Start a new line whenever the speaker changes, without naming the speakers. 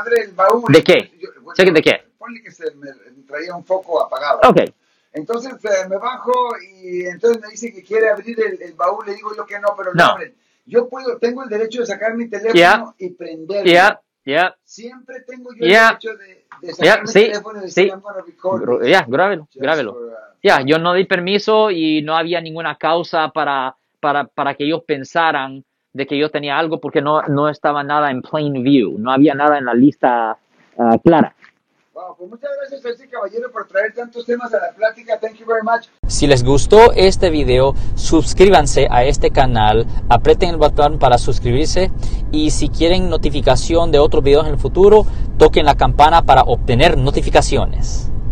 abre el baúl.
¿De qué?
Yo- bueno,
Chequen de qué.
Ponle que se me me traía un foco apagado.
Ok,
Entonces eh, me bajo y entonces me dice que quiere abrir el, el baúl. Le digo yo que no, pero lo
No.
abren. Yo puedo, tengo el derecho de sacar mi teléfono
Yeah.
y prenderlo.
ya, ya,
Siempre tengo yo el
Yeah.
derecho de, de sacar
Yeah,
mi
sí,
teléfono y decir,
sí.
"I'm gonna record
gr-
this
ya, grábelo,
just
grábelo.
for, uh,
Ya, yo no di permiso y no había ninguna causa para, para, para que ellos pensaran de que yo tenía algo porque no, no estaba nada en plain view, no había nada en la lista ah, clara.
Wow, pues muchas gracias, Celsi Caballero, por traer tantos temas a la plática. Thank you very much.
Si les gustó este video, suscríbanse a este canal, aprieten el botón para suscribirse y si quieren notificación de otros videos en el futuro, toquen la campana para obtener notificaciones.